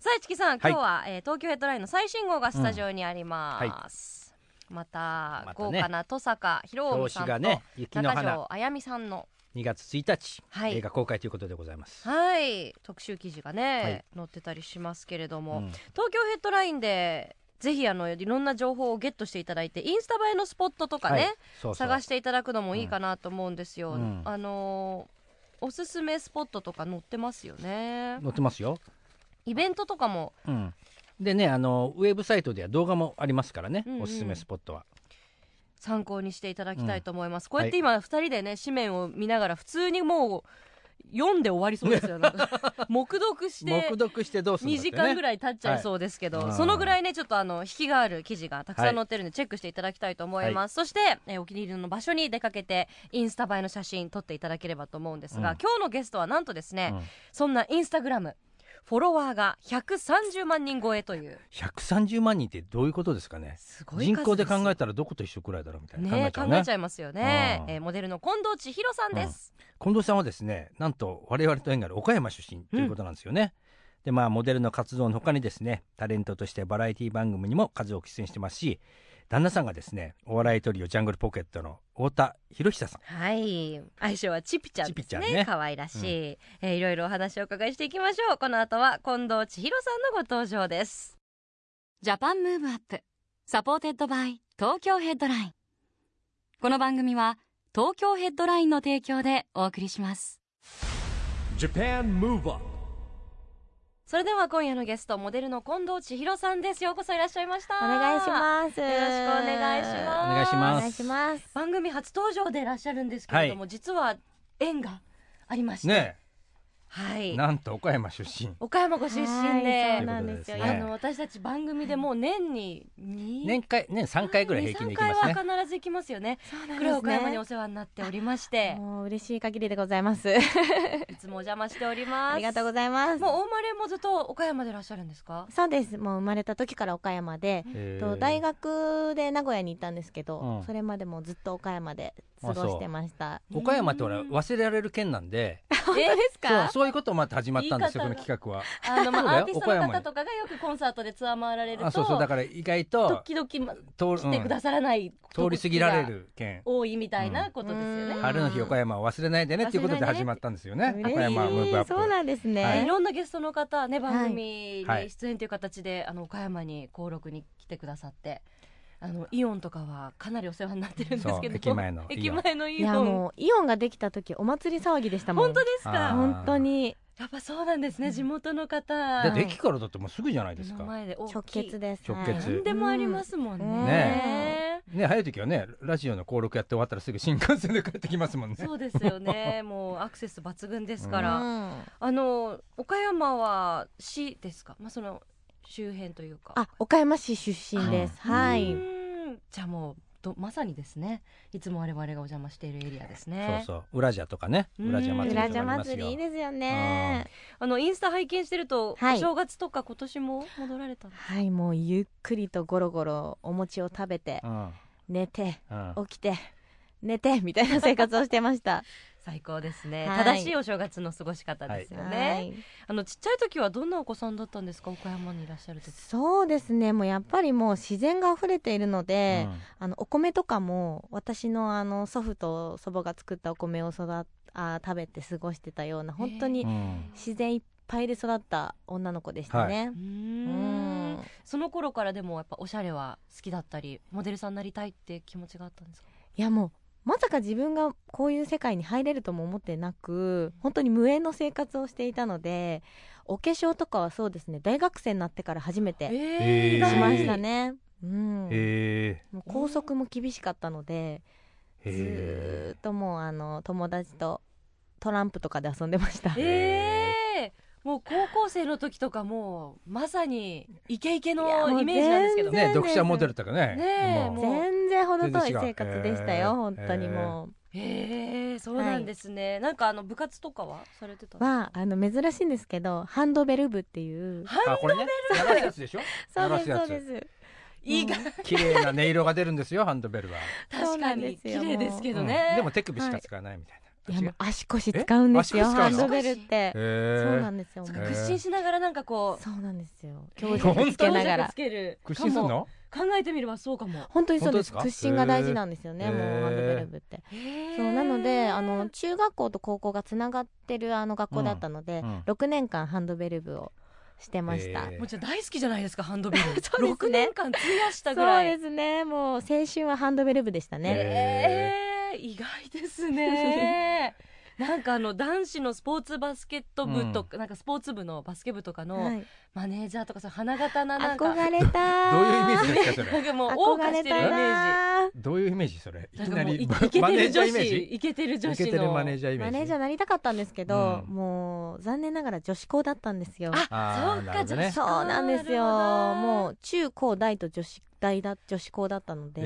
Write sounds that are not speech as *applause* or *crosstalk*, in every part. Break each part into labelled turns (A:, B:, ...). A: さあ、市木さん、
B: はい
A: 今日は、えー東京ヘッドラインの最新号がスタジオにあります。また
B: また
A: 豪
B: ね
A: 華な登坂博
B: 表
A: 文さ
B: 紙
A: んと、
B: がね雪の
A: 中
B: 花
A: 条あやみさんの
B: 2月1日、
A: はい
B: 映画公開ということでございます、
A: はい特集記事がね、
B: はい
A: 載ってたりしますけれども、
B: うん
A: 東京ヘッドラインでぜひあのいろんな情報をゲットしていただいてインスタ映えのスポットとかね、
B: はいそうそう
A: 探していただくのもいいかなと思うんですよ、
B: うん
A: あのーおすすめスポットとか載ってますよね
B: 載ってますよ、
A: イベントとかも
B: うん、でねあのウェブサイトでは動画もありますからね、
A: うんうん
B: おすすめスポットは
A: 参考にしていただきたいと思います、こうやって今2人でね紙面を見ながら普通にもう読んで終わりそうですよな
B: *laughs*
A: んか黙読して
B: 黙読してどうするん
A: 2
B: だって、
A: 時
B: ね、
A: 間ぐ
B: い
A: らい経っちゃいそうですけど、
B: はいうん
A: そのぐらいねちょっとあの引きがある記事がたくさん載ってるんでチェックしていただきたいと思います、そして、えーお気に入りの場所に出かけてインスタ映えの写真撮っていただければと思うんですが、
B: うん
A: 今日のゲストはなんとですね、
B: うん
A: そんなインスタグラムフォロワーが130万人超えという
B: 130万人ってどういうことですかね
A: すごい数
B: 人口で考え
A: た
B: たらどこと一緒くらいだろうみたいな、
A: ね
B: 考えち
A: 考
B: ゃうね
A: えちゃいますよね、
B: うん
A: えーモデルの近藤千尋さんです、
B: 近藤さんはですねなんと我々と縁がある岡山出身ということなんですよね、でまあモデルの活動の他にですねタレントとしてバラエティ番組にも数多く出演してますし旦那さんがですねお笑いトリオジャングルポケットの太田博久さん
A: はい相性はチピちゃん
B: チ
A: で
B: ピち
A: す
B: ゃん
A: ね
B: ね
A: 可愛らしい、えーいろいろお話をお伺いしていきましょうこの後は近藤千尋さんのご登場です
C: ジャパンムーブアップサポーテッドバイ東京ヘッドラインこの番組は東京ヘッドラインの提供でお送りします
D: Japan Move Up
A: それでは今夜のゲストモデルの近藤千尋さんですようこそいらっしゃいました
E: お願いします。よ
A: よろしくお願いし
B: お
A: ます
B: 願いし
E: お
B: ま
E: 願い
B: す
E: します。
A: 番組初登場でいらっしゃるんですけれども、実は縁がありまして、
B: ね
A: はい
B: えなんと岡山出身
A: 岡山ご出身
E: はい
A: で
E: そうなんです
B: とい
E: よ。
B: うこと
A: あ
B: ね
A: の私たち番組でもう年に2
B: 年回年3回ぐらい平均で行きま
A: 3
B: すね
A: 回は必ず行きますよね
E: そう
A: 黒岡山にお
E: お
A: 世話になっておりまして
E: もう嬉しい限りでございます。
A: いつもお邪魔しております
E: ありがとうご
A: ざい
E: ざいます。
A: もう大生まれもずっと岡山でいらっしゃるんですか
E: そうです。もう生まれた時から岡山で、
B: え
E: と
B: ー
E: 大学で名古屋に行ったんですけ
B: うん
E: ど、それまでもずっと岡山で過ごしてました。
B: 岡山って俺忘れられる県なんで
A: 本当です
B: そうそういうこともあって始まったんですよこ
A: 言
B: の
A: い方が
B: 企画は
A: あの、ま
B: そうだ
A: あ、
B: よ
A: アーティストの
B: 岡山
A: 方
B: に
A: とかがよくコンサートでツアー回られると
B: あそうそうだから意外と
A: 時々ま
B: 通
A: 来てくださらない、
B: うん通り過ぎられる県
A: 多いみたいなことですよね
E: うん
B: 春の日岡山を忘れないでね
A: うん
B: ということで始まったんですよね
E: 嬉しい
B: 岡山ムーブアップ
E: そうなんです
B: はい
E: ね。
A: ろんなゲストの方ね番組
B: はい
A: に出演という形で、あの岡山に登録に来てくださってあのイオンとかはかなりお世話になってるんですけ
B: そう
A: ど
B: 駅前の
A: 駅
B: イオン
A: 前の
E: い
A: イオン
E: やもうイオンができた時お祭り騒ぎでしたもん。
A: 本当です
B: あ
A: か
E: 本当に
A: やっぱそうなんですね地元の方
B: だって
E: で
B: 駅からだってもうすぐじゃないです
A: 目の
B: か
A: 前で大きい
E: 直結です。
B: 直
E: はい
B: 結
A: 何でもありますもんね,、
E: うん
B: ねね早い時はねラジオの登録やって終わったらすぐ新幹線で帰ってきますもんね
A: そうです
B: *laughs*
A: よねもうアクセス抜群ですから、
E: うん
A: あの岡山は市ですかまあその周辺というか
E: あ、岡山市出身です。
B: うん
E: は
A: う
E: い。
A: んじゃあもうどまさにですねいつも我々がお邪魔しているエリアです
B: そう
A: ね
B: そう裏じゃとかね裏じゃ祭りとかあ
E: 裏
B: り
E: 茶
B: ます
E: 祭
B: よ
E: りいいですよね。
A: あのインスタ拝見してると、
E: はい
A: お正月とか今年も戻られたの
E: はい、もうゆっくりとゴロゴロお餅を食べて
B: う、ん
E: 寝て、
B: うん
E: 起きて、寝てみたいな生活をしてま
B: *laughs*
E: した。
A: 最高ですね、
E: はい
A: 正しいお正月の過ごし方ですよね、
E: はい。
A: あのちっちゃい時はどんなお子さんだったんですか岡山にいらっしゃる時
E: そうですね、もうやっぱりもう自然が溢れているので、
B: うん
E: あのお米とかも私のあの祖父と祖母が作ったお米を育っあ食べて過ごしてたような本当
B: う
E: に
B: ん
E: 自然いっぱいで育った女の子でしたね。
A: うー
E: うんん
A: その頃からでもやっぱおしゃれは好きだったりモデルさんになりたいって気持ちがあったんですか
E: いやもうまさか自分がこういう世界に入れるとも思ってなく本当に無縁の生活をしていたのでお化粧とかはそうですね大学生になってから初めて
B: え
E: し
B: ー
E: ましたね、うん
B: へ
E: もう校則も厳しかったので
B: え
E: ず
B: へ
E: ーっともうあの友達とトランプとかで遊んでました
A: ええもう高校生の時とかもうまさにイケイケ
E: いやも
A: の
E: う
A: イメージなんですけど
E: 全然
B: ね読者モデルとかね
A: ね
B: も
A: え
B: う
A: もう
E: *laughs* 全然程遠い生活でしたよ、
B: 全
E: 本
B: 然違う
E: 当にも
A: へえそうなんですね、なんかあの部活とかはされてたんです
E: う、
A: か
E: はあの珍しいんですけどハンドベル部っていう
B: あこれね鳴らすやつでしょ
E: そうです
B: 鳴ら
E: そう
B: すや
E: で
B: つ
E: す
A: いいが
B: 綺麗な音色が出るんですよハンドベルは
E: そ
A: 確
E: う
A: か
E: なん
A: に
E: です
A: 綺
E: よ
A: 麗ですけど
B: う
A: ね
B: ん、でも手首しか使わないみたい
E: い
B: な
E: や
B: 違
E: も
B: う
E: う足腰使うんです
B: え
E: よ
B: 足腰使
E: ハ
B: う
E: ン
B: の
E: ドベルって
B: へ
E: そうな
B: え
E: んですよ
A: そ
E: も
A: っ
E: う
A: か屈伸しながらなんかこう
E: そうなんですよ
A: えー
E: 強弱つけなが
A: 強弱
E: ら
A: つける
B: 屈伸するの
A: かも考えてみればそうかも
E: 本当にそうです
B: 本当ですか
E: 屈伸が大事なんですよね
B: へ
E: も
B: ー
E: うハンドベル部ってそうなのであの中学校と高校がつながってるあの学校だったので、
B: うんうん
E: 6年間ハンドベル部をしてました、
B: へえ
A: もうじゃあ大好きじゃないですかハンド *laughs* ベル
E: すね
A: 6年間費やしたぐ
E: そう
A: ら
E: で
A: い
E: すねもう青春はハンドベル部でしたね、
A: えー、意外です *laughs* ねなんかあの男子のスポーツバスケット部とか、なんかスポーツ部のバスケ部とかの、
E: はい、
A: マネージャーとかさ花形ななんか
E: 憧れた
B: どういうイメージですかそ
A: *laughs* な
B: れ
A: んかもう謳
E: 憧
A: 歌し
E: れ
A: てるイ
E: た
A: メージ
E: な
B: *laughs* どういうイメージそれい
A: なん
B: き
A: か
B: な
A: もうい
B: り
A: いけて
B: *laughs* マネー
A: る
B: ジャー
A: 女
B: イメー
A: 子
B: ジ
A: いけてる女
B: いけ
A: 子
B: てる
A: の
B: マネージャーイメ
E: マネー
B: ー
E: ジャー
B: ジ
E: なりたかったんですけど、
B: うん
E: もう残念ながら女子校だったんですよ
B: あー
A: あそ
B: な
A: う
B: る
A: か
B: ほど
A: じゃあ、
B: ね
E: そうなんですよも
A: う
E: う中高大と女子大だ女子校だったので、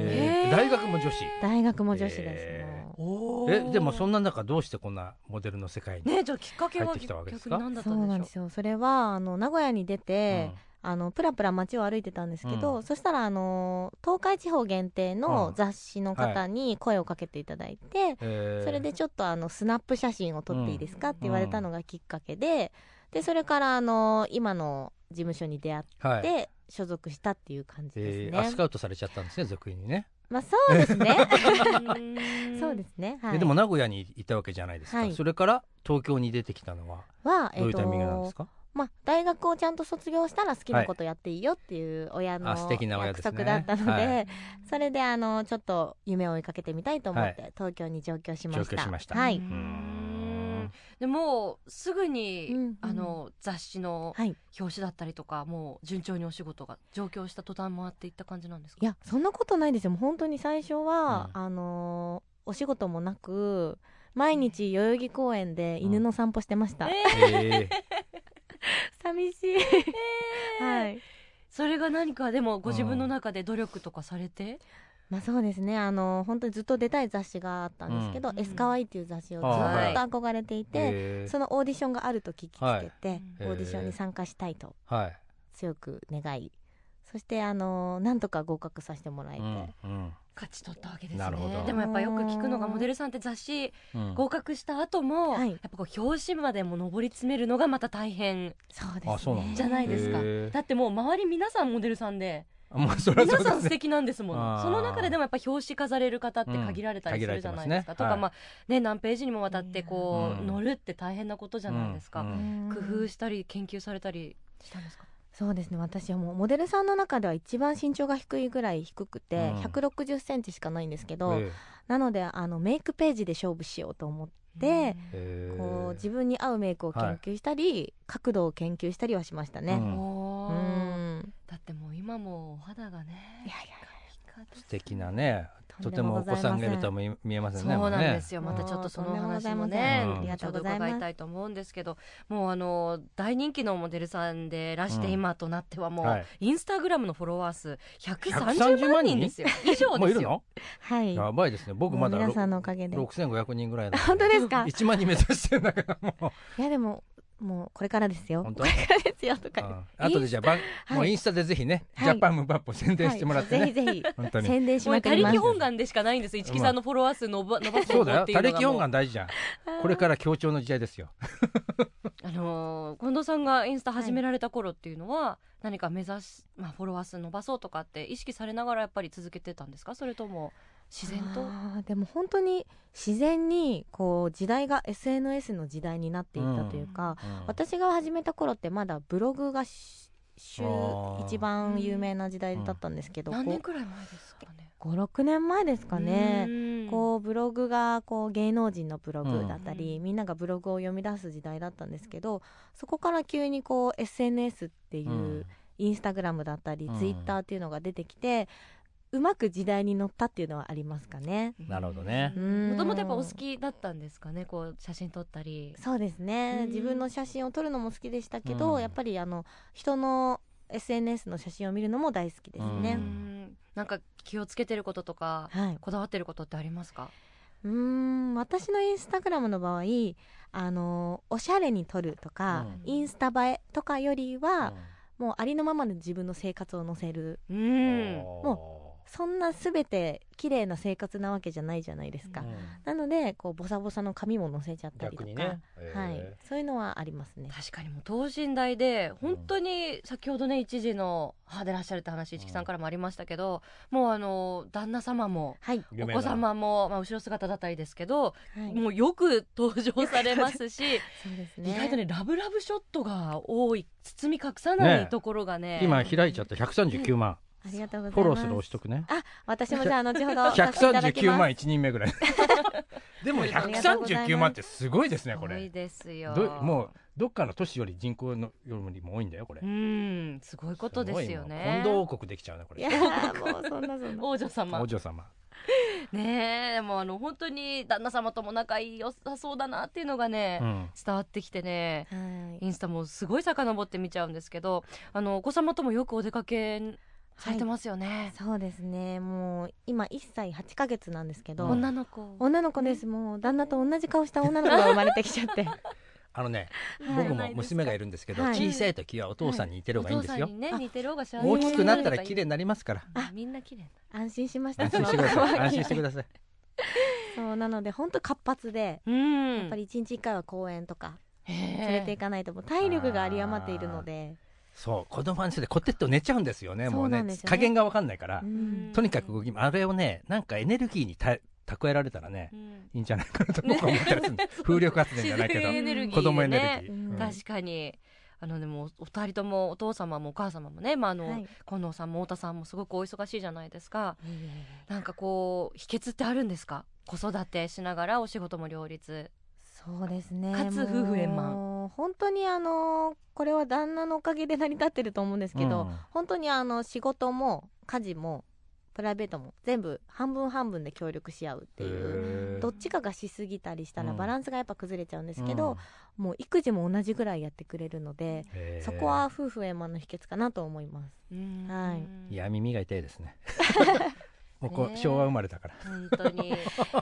B: えー大学も女子
E: 大学も女子です、
B: えー
E: もう
A: お
B: えでもそ
A: ん
B: んな中どうしてこんなモデルの世界に
A: ねじゃあきっかけ
B: 入っ
A: は
B: てきたわけです
A: 逆
B: か
A: に何だった
E: そうなん
A: で
E: んで
A: し
E: すよそれはあの名古屋に出て、あのプラプラ街を歩いてたんですけど、
B: うん
E: そしたらあの東海地方限定
B: う
E: の
B: ん
E: 雑誌の方に声をかけていただいて、そ
B: そ
E: れでちょっとあのスナップ写真を撮っていいですかって言われたのがきっかけででそれからあの今の事務所に出会
B: は
E: っ
B: い
E: て所属したっていう感じ
B: え
E: です
B: ーあ
E: ね
B: ス。カウトされちゃったんですね俗にね
E: まあそうです
B: *laughs*
E: ね
A: ょう
E: そうですすね、
B: え
E: はい、
B: でも名古屋にいたわけじゃないですか、
E: はい
B: それから東京に出てきたのは
E: は、え
B: どうい
E: ー
B: うタイミングなんです
E: と
B: か、
E: まあ、大学をちゃんと卒業したら好きなことやっていいよっていう親の
B: あ素敵な親で
E: 約
B: すね
E: 束だったので,、
B: は
E: それであのちょっと夢を追いかけてみたいと思って、
B: は
E: 東京に上京しました
B: 上京しました
E: は
A: う
E: い
A: ん、 *laughs*
B: うん
A: でもうすぐに、
E: うんうん
A: あの雑誌の
E: はい、
A: 表紙だったりとかもう順調にお仕事が上京した途端回っていった感じなんですか
E: いやそんなことないですよもう本当に最初は、
B: う
E: あのーお仕事もなく毎日代々木公園で犬の散歩してました、
A: え
B: え
E: 寂しい、
A: ー
E: はい
A: それが何かでもご自分の中で努力とかされて、
E: まあそうですねあのー本当にずっと出たい雑誌があったんですけど「
A: うん
E: エスカワイ」っていう雑誌をずっと
B: はい
E: 憧れていて、
B: えー
E: そのオーディションがあると聞きつけて、
B: はい
E: オーディションに参加したいと
B: はい、
E: 強く願いそしてあのなんとか合格させてもらえ
B: う
E: て、
B: んうん
A: 勝ち取ったわけです
B: なるほ
A: ね
B: ど
A: でもやっぱよく聞くのがモデルさんって雑誌
B: うん
A: 合格した後も、
E: はい
A: やっぱこう表紙までも上り詰めるのがまた大変
E: そうですね
B: あそうなんだ
A: じゃないですか、
B: へー
A: だってもう周り皆さんモデルさんで
B: あまあ *laughs* それはそ
A: 皆
B: う
A: さ
B: で
A: ん
B: す
A: 素
B: ね
A: 敵なんですも
B: あ
A: ん
B: ー
A: その中ででもやっぱ表紙飾れる方って限られたりするじゃないですか、
B: うん限られてますね
A: とか、
B: はい
A: まあね何ページにもわたってこう、
B: うん
A: 乗るって大変なことじゃないですか、
B: うん
E: うん
A: 工夫したり研究されたりしたんですか、
E: そうですね私はもうモデルさんの中では一番身長が低いぐらい低くて、
B: うん
E: 160センチしかないんですけど、
B: え
E: なのであのメイクページで勝負しようと思って。で
B: ーえー
E: こう自分に合うメイクを研究したり、角度を研究したりはしましたね。う
A: おー
E: ん、
A: だってもう今もお肌がね
E: いやい
A: ピカピカです
B: 素敵なねと
E: とん
B: て
E: でも
B: もお
E: ござい
B: 子
E: ません
B: さんがいるとは見見えますよね
A: そうなんです
B: よ
A: よ、
E: もう
A: ま
E: ね
A: たちょっとそのお話も
B: とんで
A: ね
B: もございませんうんあり
E: がとうござい
A: 後ほ
E: ます
A: ど伺いたいと思うんですけどもうあの大人気のモデルさんでらして
B: うん
A: 今となってはもう、
B: はい
A: インスタグラムのフォロワー数130
B: 130
A: 万
B: 万人
A: 人ですよ以上
B: もう
A: で
B: い
A: す
B: る
A: よ
B: の
E: はい。
B: やばいですね僕まだ
E: もう皆さんのおかげで。本
B: 6500人ぐらいな
E: 当ですか。
B: 1万人目指してるんだからも
E: *laughs*
B: う
E: いやでももうこれからですよ。
B: 本当
E: これからですよとか言って。 *laughs*
B: あとでじゃあばんもうインスタでぜひね、
E: はい
B: ジャパンムーブアップを宣伝してもらってね、
E: はい、ぜひぜ
B: 本当
E: ひ
B: に
E: 宣伝し
A: もう
E: まく
A: 他
E: ります
A: 力本願でしかないんです一木さんのフォロワー数伸ば伸ばして
B: そ
A: いこ
B: う
A: う
B: だよ
A: っていう
B: 他
A: のがもう
B: 力本願大事じゃんこれから協調の時代ですよ
A: あのー近藤さんがインスタ始められた頃っていうのは、何か目指し、まあ、フォロワー数伸ばそうとかって意識されながらやっぱり続けてたんですかそれとも自然と
E: あーでも本当に自然にこう時代が SNS の時代になっていったというか、私が始めた頃ってまだブログがし週
B: あー
E: 一番有名な時代だったんですけど、
A: 何年くらい前ですかね
E: 56年前ですかね。こうブログがこう芸能人のブログだったり、
A: う
E: みんながブログを読み出す時代だったんですけどそこから急にこう SNS っていうインスタグラムだったり、
B: うん
E: ツイッターっていうのが出てきてうまく時代に乗ったっていうのはありますかね。
B: なるほどね
E: うん
A: もともとやっぱお好きだったんですかねこう写真撮ったり
E: そうです
A: う
E: ね
A: ん
E: 自分の写真を撮るのも好きでしたけど、
B: うん
E: やっぱりあの人の SNS の写真を見るのも大好きです
B: う
A: う
E: ね。
A: んなんか気をつけてることとか
E: はい、
A: こだわってることってありますか
E: うーん私のインスタグラムの場合あのおしゃれに撮るとか、
A: うん
E: インスタ映えとかよりは、もうありのままの自分の生活を載せる
B: う
A: う
B: んも
E: そんな全て綺麗な生活なわけじゃないじゃないですか、
B: うん
E: なのでこうボサボサの髪も載せちゃったりと
B: 逆
E: か、
B: にね、
E: はい、そういうのはありますね。
A: 確かにもう等身大で本当に先ほどね一時の歯でらっしゃるって話
B: うん
A: 一木さんからもありましたけどもうあの旦那様も
E: はい、
B: え
A: お子様もまあ後ろ姿だったりですけど
E: はい、
A: もうよく登場されますし
E: そうですね
A: 意外とねラブラブショットが多い包み隠さないところがね
B: 今開いちゃった139万、
E: *laughs* ありがとうございます
B: フォローする押しとくね
E: 私もじゃあ後
B: *laughs*
E: ほどさせていただき
B: 139
E: ます
B: 万1人目ぐらいでも139万ってすごいですねこ
A: 多い
B: れ
A: ですよ
B: どもうどっかの都市より人口のよりも多いんだよこれ
A: うんすごいことですよね
B: すごいもう近藤王国できちゃうねこ
E: い
B: れ
E: やーもうそんなそんな
A: 王女様
B: お嬢様
A: ねえでもあの本当に旦那様とも仲良さそうだなっていうのがね、
B: うん
A: 伝わってきてね
E: はい
A: インスタもすごい遡って見ちゃうんですけどあのお子様ともよくお出かけされてますよね、
E: そうですねもう今1歳8ヶ月なんですけど、
B: はい
A: 女の子
E: 女の子ですもう旦那と同じ顔した女の子が生まれてきちゃって、
B: あのね *laughs* 僕も娘がいるんですけど
E: はい
B: 小さい時はお父さんに似てる
A: お
B: 方がいいん
A: 父
B: で
A: さ
B: す
A: ん
B: よ
A: にね
E: あ
A: 似てる方が幸せ
B: 大きくなったら綺麗になりますから
A: あみんな綺麗
E: 安心しました
B: 安心してくださ
E: その
B: い
E: 子は
B: 安心してください
E: そうなので本当活発で
A: うん
E: やっぱり1日1回は公園とか連れ
A: 連
E: て行かないともう体力が有り余っているので、
B: そう子供はねコテッと寝ちゃうんですよねもう
E: そうな
B: ね
E: んですよね
B: 加減がわかんないから
E: うん
B: とにかく動きあれをねなんかエネルギーにた蓄えられたらねいいんじゃないかなと僕は思ったりするんです風力発電じゃ
A: *laughs*
B: ないけど
E: 自然
B: 子供エネルギー、
E: うん
A: 確かにあのでもお二人ともお父様もお母様もね、まああの
E: はい
A: 近藤さんも太田さんもすごくお忙しいじゃないですかなんかこう秘訣ってあるんですか子育てしながらお仕事も両立
E: そうですね
A: かつ夫婦円満
E: もう本当にあのこれは旦那のおかげで成り立ってると思うんですけど、
B: うん
E: 本当にあの仕事も家事もプライベートも全部半分半分で協力し合うっていう
B: へー
E: どっちかがしすぎたりしたら
B: うん
E: バランスがやっぱ崩れちゃうんですけど、もう育児も同じぐらいやってくれるので
B: うんへー
E: そこは夫婦円満の秘訣かなと思います。はい
B: や耳が痛いですねもうこう
A: ねえ
B: 昭和生まれだから
A: 本当
E: *laughs*
A: に
E: い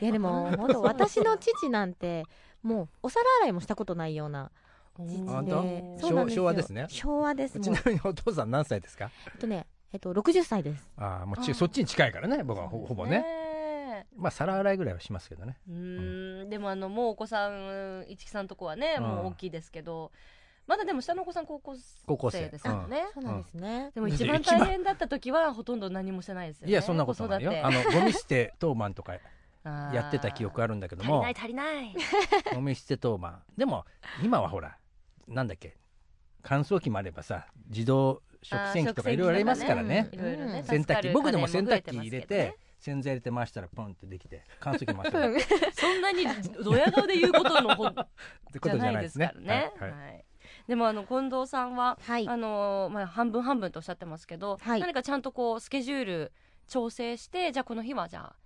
E: やでも本当私の父なんてもうお皿洗いもしたことないような父
B: あ本
E: で
B: 当
E: そうなんよ
B: 昭和ですね
E: 昭和です
B: ち
E: もう
B: なみにお父さん何歳ですか
E: えっとねえっと60歳です
B: ああもう
A: あ
B: ち
A: ー
B: そっちに近いからね僕はほほぼね
A: ね
B: まあ皿洗いぐらいはしますけどね
A: うーんでもあのもうお子さん一木さんとこはねもう大きいですけどまだでも下のお子さん高校
B: 高校
A: 生
B: 生
A: です
B: う
A: か
B: ん
A: らね
E: そうなんですね、
A: でも一番
B: 一番
A: 大変だった時はほとんど何もしてないですよね
B: いやそんなことないよ
A: 子育て
B: あのゴミ捨て当番とか
A: あー
B: やってた記憶あるんだけど
A: 足り
B: も
A: ない足りない *laughs*
B: ゴミ捨て当番でも今はほらなんだっけ乾燥機もあればさ自動食洗機とかいろいろありますからね
A: 食洗機とかいろいろね
E: うん
B: 洗濯機僕でも洗濯機入れて
A: 助かる家電も増えますけどね
B: 洗剤入れて回したらポンってできて乾燥機回した
E: う
B: らっ
E: ん
A: そんなにドヤ顔で言うことのほ
B: てこ
A: じゃ
B: とじゃな
A: な
B: いい
A: で
B: ですす
A: か
B: ね *laughs*
A: らね
B: はいはい
A: はいでもあの近藤さん *laughs* は
E: はい
A: あのーまあ半分半分とおっしゃってますけど
E: はい
A: 何かちゃんとこうスケジュール調整してじゃあこの日はじゃあ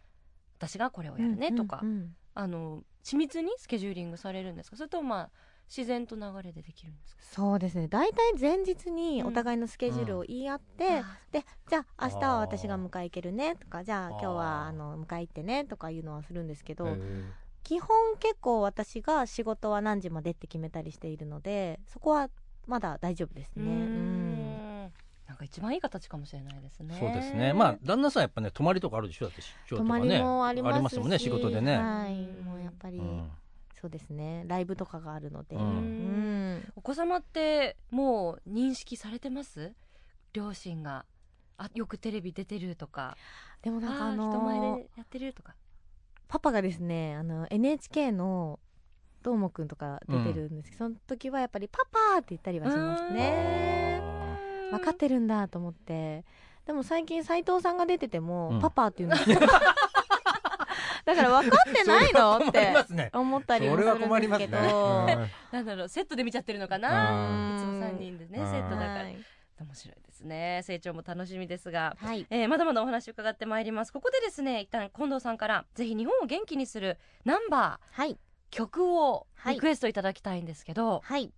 A: 私がこれをやるねとか
E: うんうん
A: あの緻密にスケジューリングされるんですかそれともまあ自然と流れでできるんですか
E: そうですね大体前日にお互いのスケジュールを言い合って、でじゃあ明日は私が迎え行けるねとかじゃあ今日はあの迎え行ってねとかいうのはするんですけど、
B: へー
E: 基本結構私が仕事は何時までって決めたりしているのでそこはまだ大丈夫です
A: うー
E: ね。うん
A: んなんか一番いい形かもしれないですね
B: そうですねまあ旦那さんやっぱね泊まりとかあるでしょだって出張
E: 泊
B: とか
E: ま
B: ね
E: りもありますし、
B: もんね仕事でね、
E: はい、もうやっぱり、
B: うん
E: そうですねライブとかがあるので、
B: う
E: う
A: うん
B: ん
A: お子様ってもう認識されてます両親があよくテレビ出てるとか
E: でも
A: あ
E: なんかあ
A: ー
E: の
A: 人前でやってるとか
E: パパがですねあの NHK のどーもくんとか出てるんですけど、その時はやっぱり「パパ!」って言ったりはしましたね
B: あ
E: 分かってるんだと思ってでも最近斉藤さんが出てても「
B: うん
E: パパ」って言うん
B: *laughs*
E: ですよだから分かってないの
B: ー
E: っ
B: 困りま
E: て
B: すね
E: 思った
B: そ
E: りもす
B: れ
E: る
B: は
E: ん
B: 困り
E: です
B: ます
E: け
B: ね
E: ど、
B: うん
A: なんだろうセットで見ちゃってるのか
B: あ
A: な
B: ー
A: いつも三人でね
B: うん
A: セットだから
E: はい
A: 面白いですね成長も楽しみですが、
E: はい
A: えーまだまだお話伺ってまいりますここでですね一旦近藤さんからぜひ日本を元気にするナンバ
E: はい
A: ー曲を
E: はい
A: リクエストいただきたいんですけど、
E: はい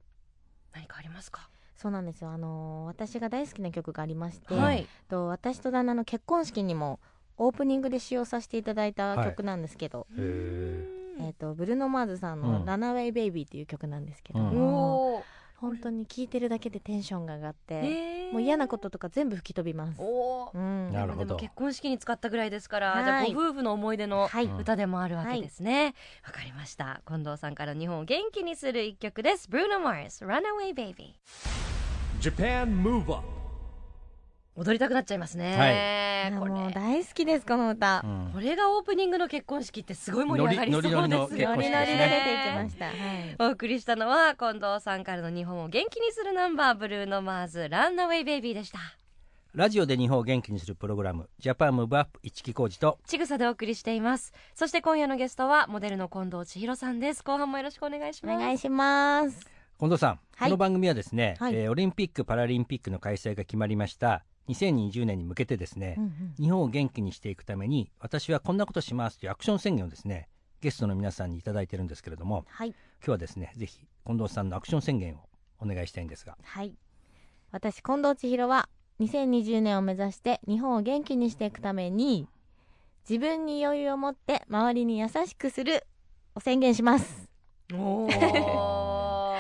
A: 何かありますか、
E: そうなんですよあのー私が大好きな曲がありまして、
B: はい
E: と私と旦那の結婚式にもオープニングで使用させていただいた曲なんですけど、
B: へー
E: えー、とブルーノ・マーズさん
B: うん
E: の「ランナウェイ・ベイビー」っていう曲なんですけど
B: うん
E: も、
A: おー
E: 本当に聴いてるだけでテンションが上がって、
A: えー
E: もう嫌なこととか全部吹き飛びます。
A: おー
E: うん、
B: なるほど
A: でも結婚式に使ったぐらいですから、
E: はい
A: じゃあご夫婦の思い出の
E: はい、
B: うん
A: 歌でもあるわけですねわ、かりました近藤さんから日本を元気にする一曲です Bruno Mars Runaway Baby
D: Japan Move Up
A: 踊りたくなっちゃいます
E: い
A: ね、
E: や
A: こ
E: もう
A: れ
E: 大好きですこの歌
B: う。ん
A: これがオープニングの結婚式ってすごい盛り上がりそうです
B: ノリノリの結
E: ノ
B: 婚
E: リ
B: 式
E: ノリで出ていきま
A: し
E: した。はい。
A: たお送りしたのは近藤さんからの日本を元気にするナンバーブルーノマーズランナウェイベイビーでした
B: ラジオで日本を元気にするプログラムジャパンムーブアップ一木工事と
A: ちぐさでお送りしていますそして今夜のゲストはモデルの近藤千尋さんです後半もよろしくお願いし
E: お
A: ます
E: 願いします。
B: 近藤さん、
E: は
B: こ
E: い
B: の番組はですね、
E: はい
B: えーオリンピック・パラリンピックの開催が決まりました2020年に向けてですね、日本を元気にしていくために私はこんなことしますというアクション宣言をですねゲストの皆さんに頂いただいてるんですけれども
E: はい
B: 今日はですねぜひ近藤さんのアクション宣言をお願いしたいんですが
E: はい。私近藤千尋は2020年を目指して日本を元気にしていくために自分に余裕を持って周りに優しくするを宣言します。
A: お
B: ー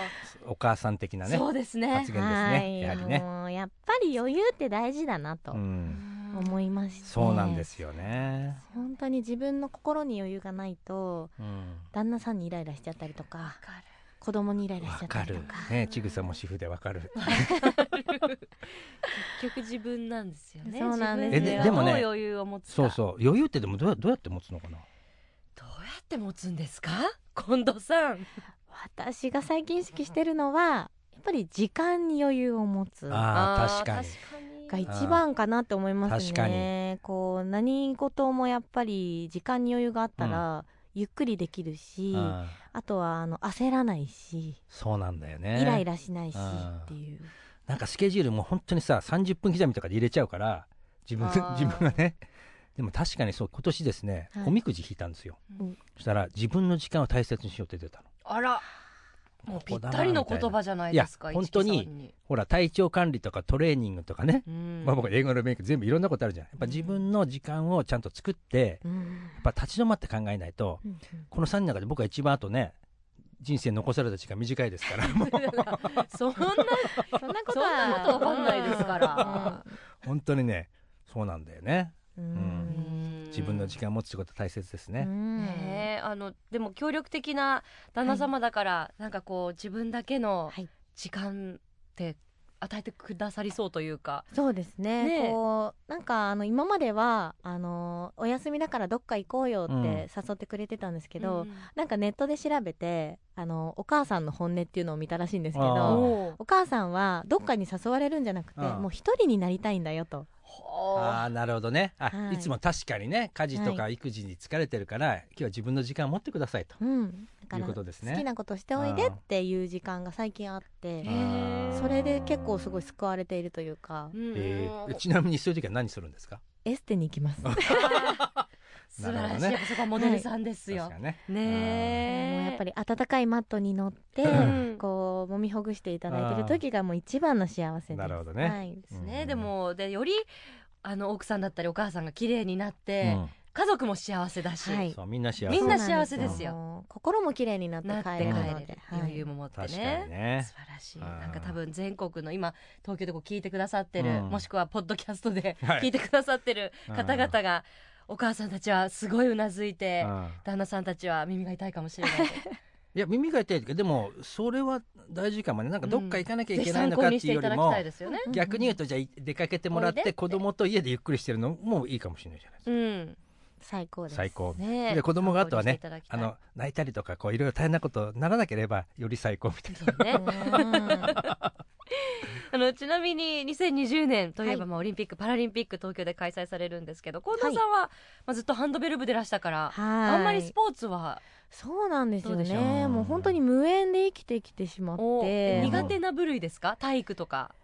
B: *laughs*
A: お、
B: お母さん的なね
A: そうですね
B: 発言ですね
E: はい
B: やはりね
E: もうやっぱり余裕って大事だなと
B: うん、
E: 思いまして、
B: そうなんで。すよね、
E: 本当に自分の心に余裕がないと
B: うん
E: 旦那さんにイライラしちゃったりとか
A: わかる
E: 子供にイライラし
B: わ
E: ちゃった
B: か
E: りと
B: る
E: か
B: ねちぐさも主婦でわかる
A: 結局自分なんですよね。
E: そうなんです
B: よ
A: 自分
B: え
A: が
B: ででもね
A: どう余裕を持つか。
B: そうそう余裕ってでもどうやどうやって持つのかな
A: どうやって持つんですか、近藤さん。
E: 私が最近意識してるのはやっぱり時間に余裕を持つが
B: あー確
A: ー
B: かに
A: 確か
E: 一番かなって思います
B: 確か
E: ねこう何事もやっぱり時間に余裕があったら、ゆっくりできるしあ
B: あー
E: とはあの焦らないし、
B: そうなんだよね
E: イライラしないし
B: あー
E: っていう
B: なんかスケジュールも本当にさ30分刻みとかで入れちゃうから自分
A: あー
B: 自分がねでも確かにそう今年ですね、
E: はい
B: おみくじ引いたんですよ、
E: うん
B: そしたら自分の時間を大切にしようって出たの
A: あら、もうぴったりの言葉じゃないですか。
B: いや
A: 一木さん
B: 本当ほら体調管理とかトレーニングとかね、
A: うん
B: まあ、僕英語の勉強全部いろんなことあるじゃんやっぱ自分の時間をちゃんと作って
E: うん
B: やっぱ立ち止まって考えないと
E: うん
B: この3人の中で僕は一番あとね人生残された時間短いですからもう
A: *laughs* そんな
E: そんな
A: ことはそんなことわかんないですから
B: 本当にねそうなんだよね
E: うん
B: 自分の時間を持つってことは大切です
E: う
B: ね、
E: ん
A: ねえあのでも協力的な旦那様だから、なんかこう自分だけの
E: はい
A: 時間って与えてくださりそうというか、
E: そうですね
A: ねえ
E: こうなんかあの今まではあのお休みだからどっか行こうよっ
B: うん
E: て誘ってくれてたんですけど、
A: うん
E: なんかネットで調べてあのお母さんの本音っていうのを見たらしいんですけ
B: あ
E: ど
B: ー
A: おう
E: お母さんはどっかに誘われるんじゃなくて
B: あー
E: もう一人になりたいんだよと
A: ほう
B: ああなるほどねあ、
E: はい
B: い、つも確かにね家事とか育児に疲れてるから、今日は自分の時間を持ってくださいと、
E: うん、だか
B: いう
E: ら
B: ことですね
E: 好きなことしておいでっていう時間が最近あって
A: へー
E: それで結構すごい救われているというか
A: うん
B: えーちなみにそういう時は何するんですか
E: エステに行
B: *laughs*
E: きますもう
A: 素晴
B: なる
A: ら
B: ほ
A: し
B: ど
A: い、
B: ね
A: やっぱそこはモデルさんですよ、
B: 確かにね
A: ねえ
E: やっぱり温かいマットに乗って
A: うん
E: こう揉みほぐしていただいてる時がもう一番の幸せです
B: なるほどね
E: はい
A: ですね、
B: うん
A: でもでよりあの奥さんだったりお母さんが綺麗になっ
B: う
A: て、
B: ん
A: 家族も幸せだし、
E: は
B: う
E: い
B: んそうみんな幸せ
A: みんな幸せですよ
E: そうなんでもう心も綺麗になって
A: なって帰
E: 帰
A: れ
E: れ
A: る
E: るので、はい
A: 余裕も持ってね
B: 確かにね
A: 素晴らしい
B: あー
A: なんか多分全国の今東京でこう聞いてくださってる、
B: うん
A: もしくはポッドキャストで
B: *laughs* はい
A: 聞いてくださってる方々が、お母さんたちはすごいうなずいて
B: うん
A: 旦那さんたちは耳が痛いかもしれない
B: いや耳が痛いけどでもそれは大事かもねなんか *laughs* どっか行かなきゃい
A: ぜひ
B: けない
A: 参
B: の
A: 考
B: かっ
A: にして
B: いう
A: て
B: よ
A: いた
B: り
A: だき
B: も
A: たいですよね。
B: 逆に言うとじゃあ出かけてもらっ
A: おいで
B: て
A: って
B: 子供と家でゆっくりしてるのもいいかもしれないじゃないです
A: う
B: か、
A: ん、
E: 最高です
B: 最高
A: ねえ
B: で子供があとはね
A: 参考にしていた
B: あ
A: だき
B: の
A: たい
B: 泣いたりとかこういろいろ大変なことならなければより最高みたいな
A: そうね
B: *laughs*
E: うん
A: あのちなみに2020年といえば、
E: はい
A: まあ、オリンピック・パラリンピック東京で開催されるんですけど近藤さんは、まあ、ずっとハンドベル部でいらしたから、
E: は
A: *laughs*
E: い
A: あんまりスポーツは
E: そうなんですよ
A: どうでしょ
E: ね
B: う
E: もう本当に無縁で生きてきてしまっ
A: お
E: て
B: うん
A: 苦手な部類ですか体育とか。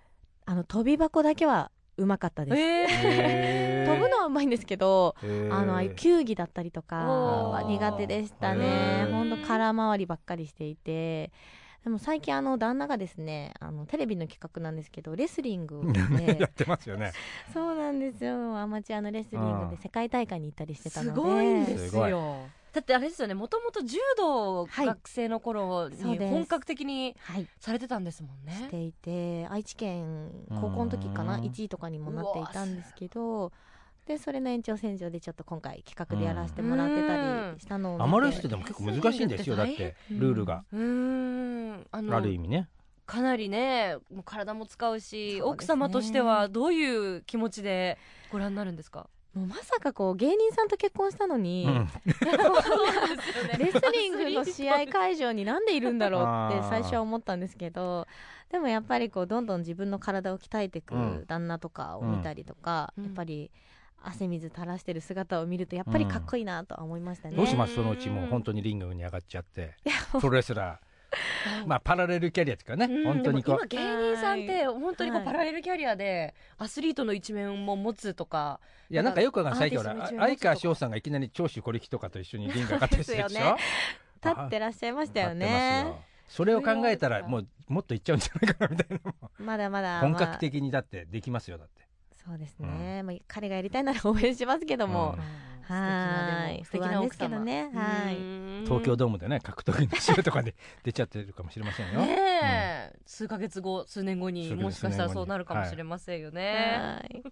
E: あの飛び箱だけはうまかったです、
B: へー
E: 飛ぶのはうまいんですけど
B: へー
E: あのああいう球技だったりとか
A: おー
E: は苦手でした
B: へ
E: ね
B: ー
E: ほんと空回りばっかりしていてでも最近あの旦那がですねあのテレビの企画なんですけどレスリングを
B: や
A: *laughs*
E: ね
B: ってますよね。
E: そうなんですよアマチュアのレスリング
B: うん
E: で世界大会に行ったりしてたの
A: す
E: で
A: ごいんです
B: すごい
A: よ。だってあれですよね、もともと柔道を
E: はい
A: 学生の頃
E: そう
A: に
E: です
A: 本格的に
E: はい
A: されてたんですもん
E: し
A: ね。
E: ていて愛知県高校の時かな
B: うん
E: 1位とかにもなっていたんですけどでそれの延長線上でちょっと今回企画でやらせてもらってたりしたのを見て
B: アマレスってでも結構難しいんですよ。だってルールが、
A: うーん、あ
B: あ
A: の
B: る意味ね。
A: かなりね、もう体も使うし、
E: そうですね
A: 奥様としてはどういう気持ちでご覧になるんですか。
E: もうまさかこう芸人さんと結婚したのに、
B: うん
E: レスリングの試合会場になんでいるん
B: *laughs*
E: だろうって最初は思ったんですけどでもやっぱりこうどんどん自分の体を鍛えていうく
B: ん
E: 旦那とかを見たりとか、
A: うん
E: やっぱり汗水垂らしてる姿を見るとやっぱりかっこいいなとは思いましたね。
B: どうしますそのうちもう本当にリングに上がっちゃって、プロレスラー、まあパラレルキャリアというかね、本当にこ
A: でも今
B: う。
A: 芸人さんって本当にこう
E: はい
A: パラレルキャリアでアスリートの一面も持つとか、
B: いやなんかよくわかんない最近ほ
A: アーティ
B: ら
A: ストの一面
B: 相川翔さんがいきなり長州小力とかと一緒にリング上がったりするでし
E: そう
B: ょ。
E: 立ってらっしゃいましたよ
B: 立って
E: ね
B: ますよ。それを考えたらもうもっといっちゃうんじゃないかなみたいな。
E: まだまだ
B: 本格的にだってできますよだって。
E: まあそうですね、まあ、彼がやりたいなら応援しますけども、
B: うん
E: はーい
A: 素敵なでも素敵な奥様
E: 素敵なんですけどねはい
A: うん
B: 東京ドームでね格闘技の試合とかで出ちゃってるかもしれませんよ。
A: ねえ、数ヶ月後数年後に
B: 数ヶ月
A: もしかしたら
B: 数年後に
A: そうなるかもしれませんよね、
E: はい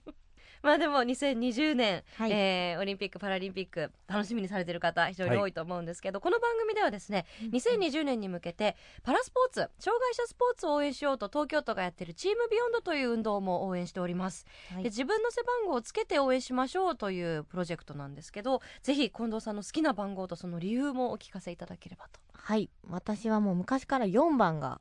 A: まあでも2020年、
E: はい
A: えーオリンピック・パラリンピック楽しみにされてる方非常に多いと思うんですけど、この番組ではですね2020年に向けてパラスポーツ障害者スポーツを応援しようと東京都がやってるチームビヨンドという運動も応援しております
E: はい
A: で自分の背番号をつけて応援しましょうというプロジェクトなんですけどぜひ近藤さんの好きな番号とその理由もお聞かせいただければと。
E: はい私はもう昔から4番が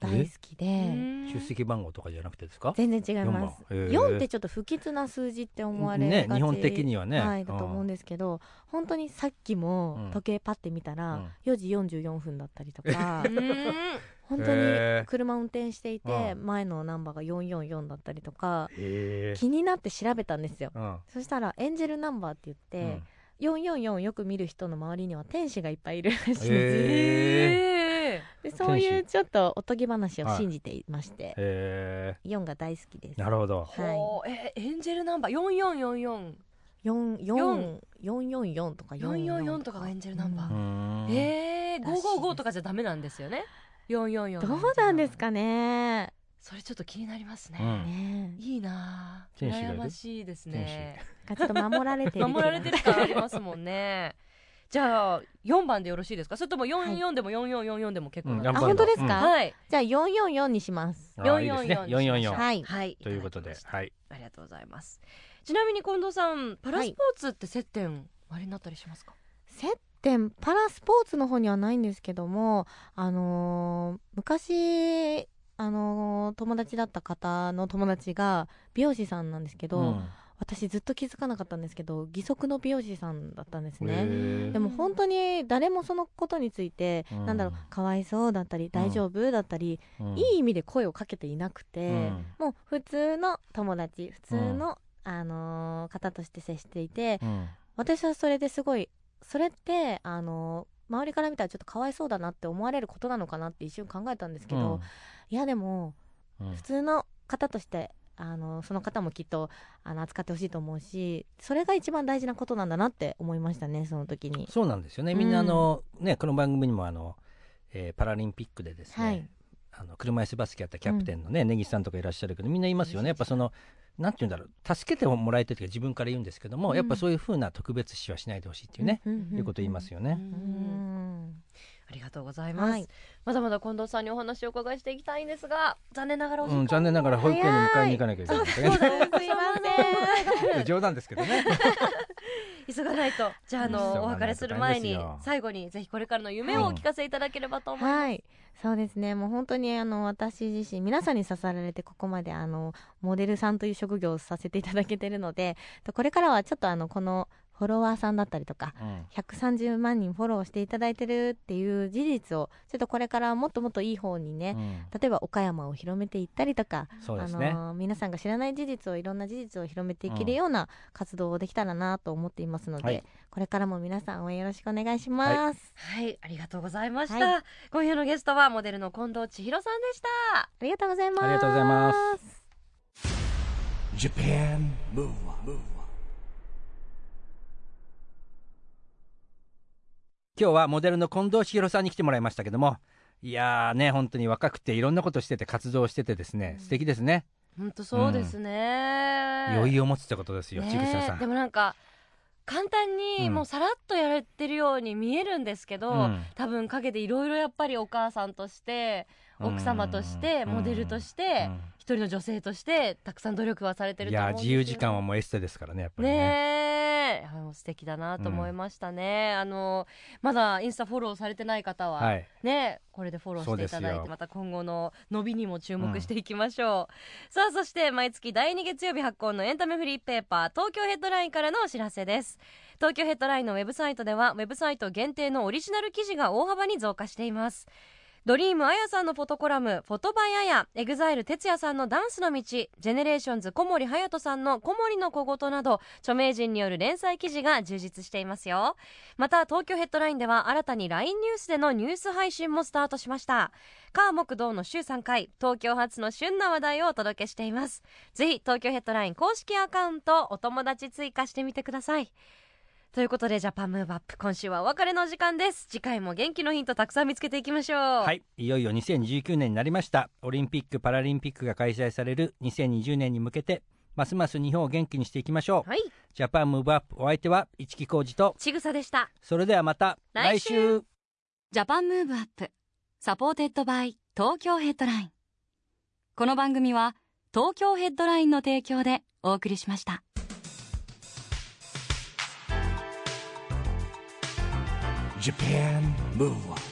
E: 大好きで
B: 出席番号とかじゃなくてですか？
E: 全然違います
B: 四番へえ
E: 4, ってちょっと不吉な数字って思われが
B: ね
E: ち
B: 日本的にはね。
E: はい、だと思うんですけど本当にさっき
B: うん
E: も時計パッて見たら4時44分だったりと
B: *laughs*
E: か、 *laughs*
A: うーん
E: 本
B: へ
E: 当
B: え
E: に車運転していて
B: う
E: 前のナンバーが444だったりとか
B: うん。へー
E: 気になって調べたんですよ
B: うん
E: そしたらエンジェルナンバーって
B: う
E: 言って
B: ん、
E: 444よく見る人の周りには天使がいっぱいいるらしいんです
B: へ
E: よ
B: ー
A: え
E: でそうい
B: 天
E: うちょっとおとぎ話を信じていまして、
B: へ
E: 4が大好きです
B: ーなるほど。
A: ーほうえーエンジェルナンバー4444
E: 444 444とか
A: 444とかがエンジェルナンバー
B: うーん
A: えー、
E: らしいです
A: 555とかじゃダメなんですよね444
E: どうなんですかね
A: それちょっと気になりますね、
B: うん
E: ねえ
A: いいなあ
B: 天使がいる
A: 羨ましいですね
E: なんかちょっと守られてる気
A: *laughs*
E: が
A: 守られてる感ありますも
B: *laughs*
A: んねじゃあ4番でよろしいですかそれとも44でも4444でも結構なん
B: う
A: で
B: ん
E: あ
B: 頑張る
E: 本当ですか、
A: はい
E: じゃあ444にします
B: あーいいですね444
E: はい
A: はい
B: ということで
A: ただきました
B: はい。
A: ありがとうございますちなみに近藤さんパラスポーツって接点おあれになったりしますか、
E: 接点パラスポーツの方にはないんですけどもあのー昔あのー友達だった方の友達が美容師さんなんですけど、
B: うん
E: 私ずっと気づかなかったんですけど義足の美容師さんだったんです
B: へ
E: ね
B: ー
E: でも本当に誰もそのことについて、
B: うん
E: なんだろうかわいそうだったり大丈夫だったり、
B: うん
E: いい意味で声をかけていなくて、
B: うん
E: もう普通の友達普通の、あのー方として接していて
B: うん
E: 私はそれですごいそれってあのー周りから見たらちょっとかわいそうだなって思われることなのかなって一瞬考えたんですけど、いやでも
B: うん
E: 普通の方としてあのその方もきっとあの扱ってほしいと思うしそれが一番大事なことなんだなって思いましたねその時に。
B: そうなんですよね。みんな
E: う
B: あ
E: ん
B: の、ね、この番組にもあの、えーパラリンピックでですね、
E: はい
B: あの車椅子バスケやったキャプテンのね、根岸さんとかいらっしゃるけど、みんな言いますよね。やっぱその、なんて言うんだろう、助けてもらえてるというか自分から言うんですけども、
E: うん
B: やっぱそういうふうな特別視はしないでほしいっていうね、
E: んんん
B: いうこと言いますよね。
A: う
E: う
A: ん
E: ん
A: ありがとうございます、
E: はい
A: まだまだ近藤さんにお話をお伺いしていきたいんですが残念ながらお時
B: う
A: 間
B: ん、残念ながら保育園に迎えに行かなきゃいけないんですね。
E: すいません
B: *laughs* 冗談ですけどね。
A: 急がないとじゃあ
B: 急がな
A: あ
B: い
A: の
B: と
A: お別れする前
B: 大
A: に
B: 変ですよ
A: 最後にぜひこれからの夢をお聞かせいただければと思います、
E: はいそうですねもう本当にあの私自身皆さんに支えられてここまであのモデルさんという職業をさせていただけてるのでとこれからはちょっとあのこのフォロワーさんだったりとか
B: うん
E: 130万人フォローしていただいてるっていう事実をちょっとこれからもっともっといい方にね、
B: うん
E: 例えば岡山を広めていったりとか、
B: そう
E: あ
B: ですね。
E: のー皆さんが知らない事実をいろんな事実を広めていけるような活動をできたらなと思っていますので、
B: はい
E: これからも皆さん応援よろしくお願いします、
A: はい、ありがとうございました。
E: は
A: 今夜のゲストはモデルの近藤千尋さんでした。
E: ありがとうございます
B: ありがとうございます
D: Japan Move Up
B: 今日はモデルの近藤千尋さんに来てもらいましたけども、いやーね、本当に若くていろんなことしてて活動しててですね、素敵ですね。
A: 本当そうですね。
B: 余裕を持つってことですよ、
A: ね
B: ちぐささん。
A: でもなんか簡単に
B: うん
A: もうさらっとやれてるように見えるんですけど、
B: うん
A: 多分陰でいろいろやっぱりお母さんとして奥様として
B: うん
A: モデルとして
B: うん
A: 一人の女性としてたくさん努力はされてる
B: い
A: と思う
B: や
A: ん
B: ー
A: です
B: 自
A: よ
B: 由時間はもうエステですからねやっぱりね
A: ねえいやもう素敵だなと思いましたね、あのまだインスタフォローされてない方は、
B: はい
A: ねこれでフォローしてい
B: そう
A: ただい
B: です
A: て
B: よ
A: また今後の伸びにも注目していきましょう、さあそして毎月第2月曜日発行のエンタメフリーペーパー東京ヘッドラインからのお知らせです東京ヘッドラインのウェブサイトではウェブサイト限定のオリジナル記事が大幅に増加していますドリームあやさんのフォトコラム「フォトバイあや」エグザイル哲也さんの「ダンスの道」ジェネレーションズ小森隼人さんの「小森の小言」など著名人による連載記事が充実していますよまた東京ヘッドラインでは新たに LINE ニュースでのニュース配信もスタートしました火木道の週3回東京発の旬な話題をお届けしていますぜひ東京ヘッドライン公式アカウントお友達追加してみてくださいということでジャパンムーブアップ今週はお別れの時間です次回も元気のヒントたくさん見つけていきましょうは
B: はい、いよいよ2019年になりましたオリンピック・パラリンピックが開催される2020年に向けてますます日本を元気にしていきましょう、
A: はい
B: ジャパンムーブアップお相手は市木浩二と
A: ちぐさでした
B: それではまた
A: 来週
B: 来週
C: ジャパンムーブアップサポーテッドバイ東京ヘッドラインこの番組は東京ヘッドラインの提供でお送りしました
D: Japan Move Up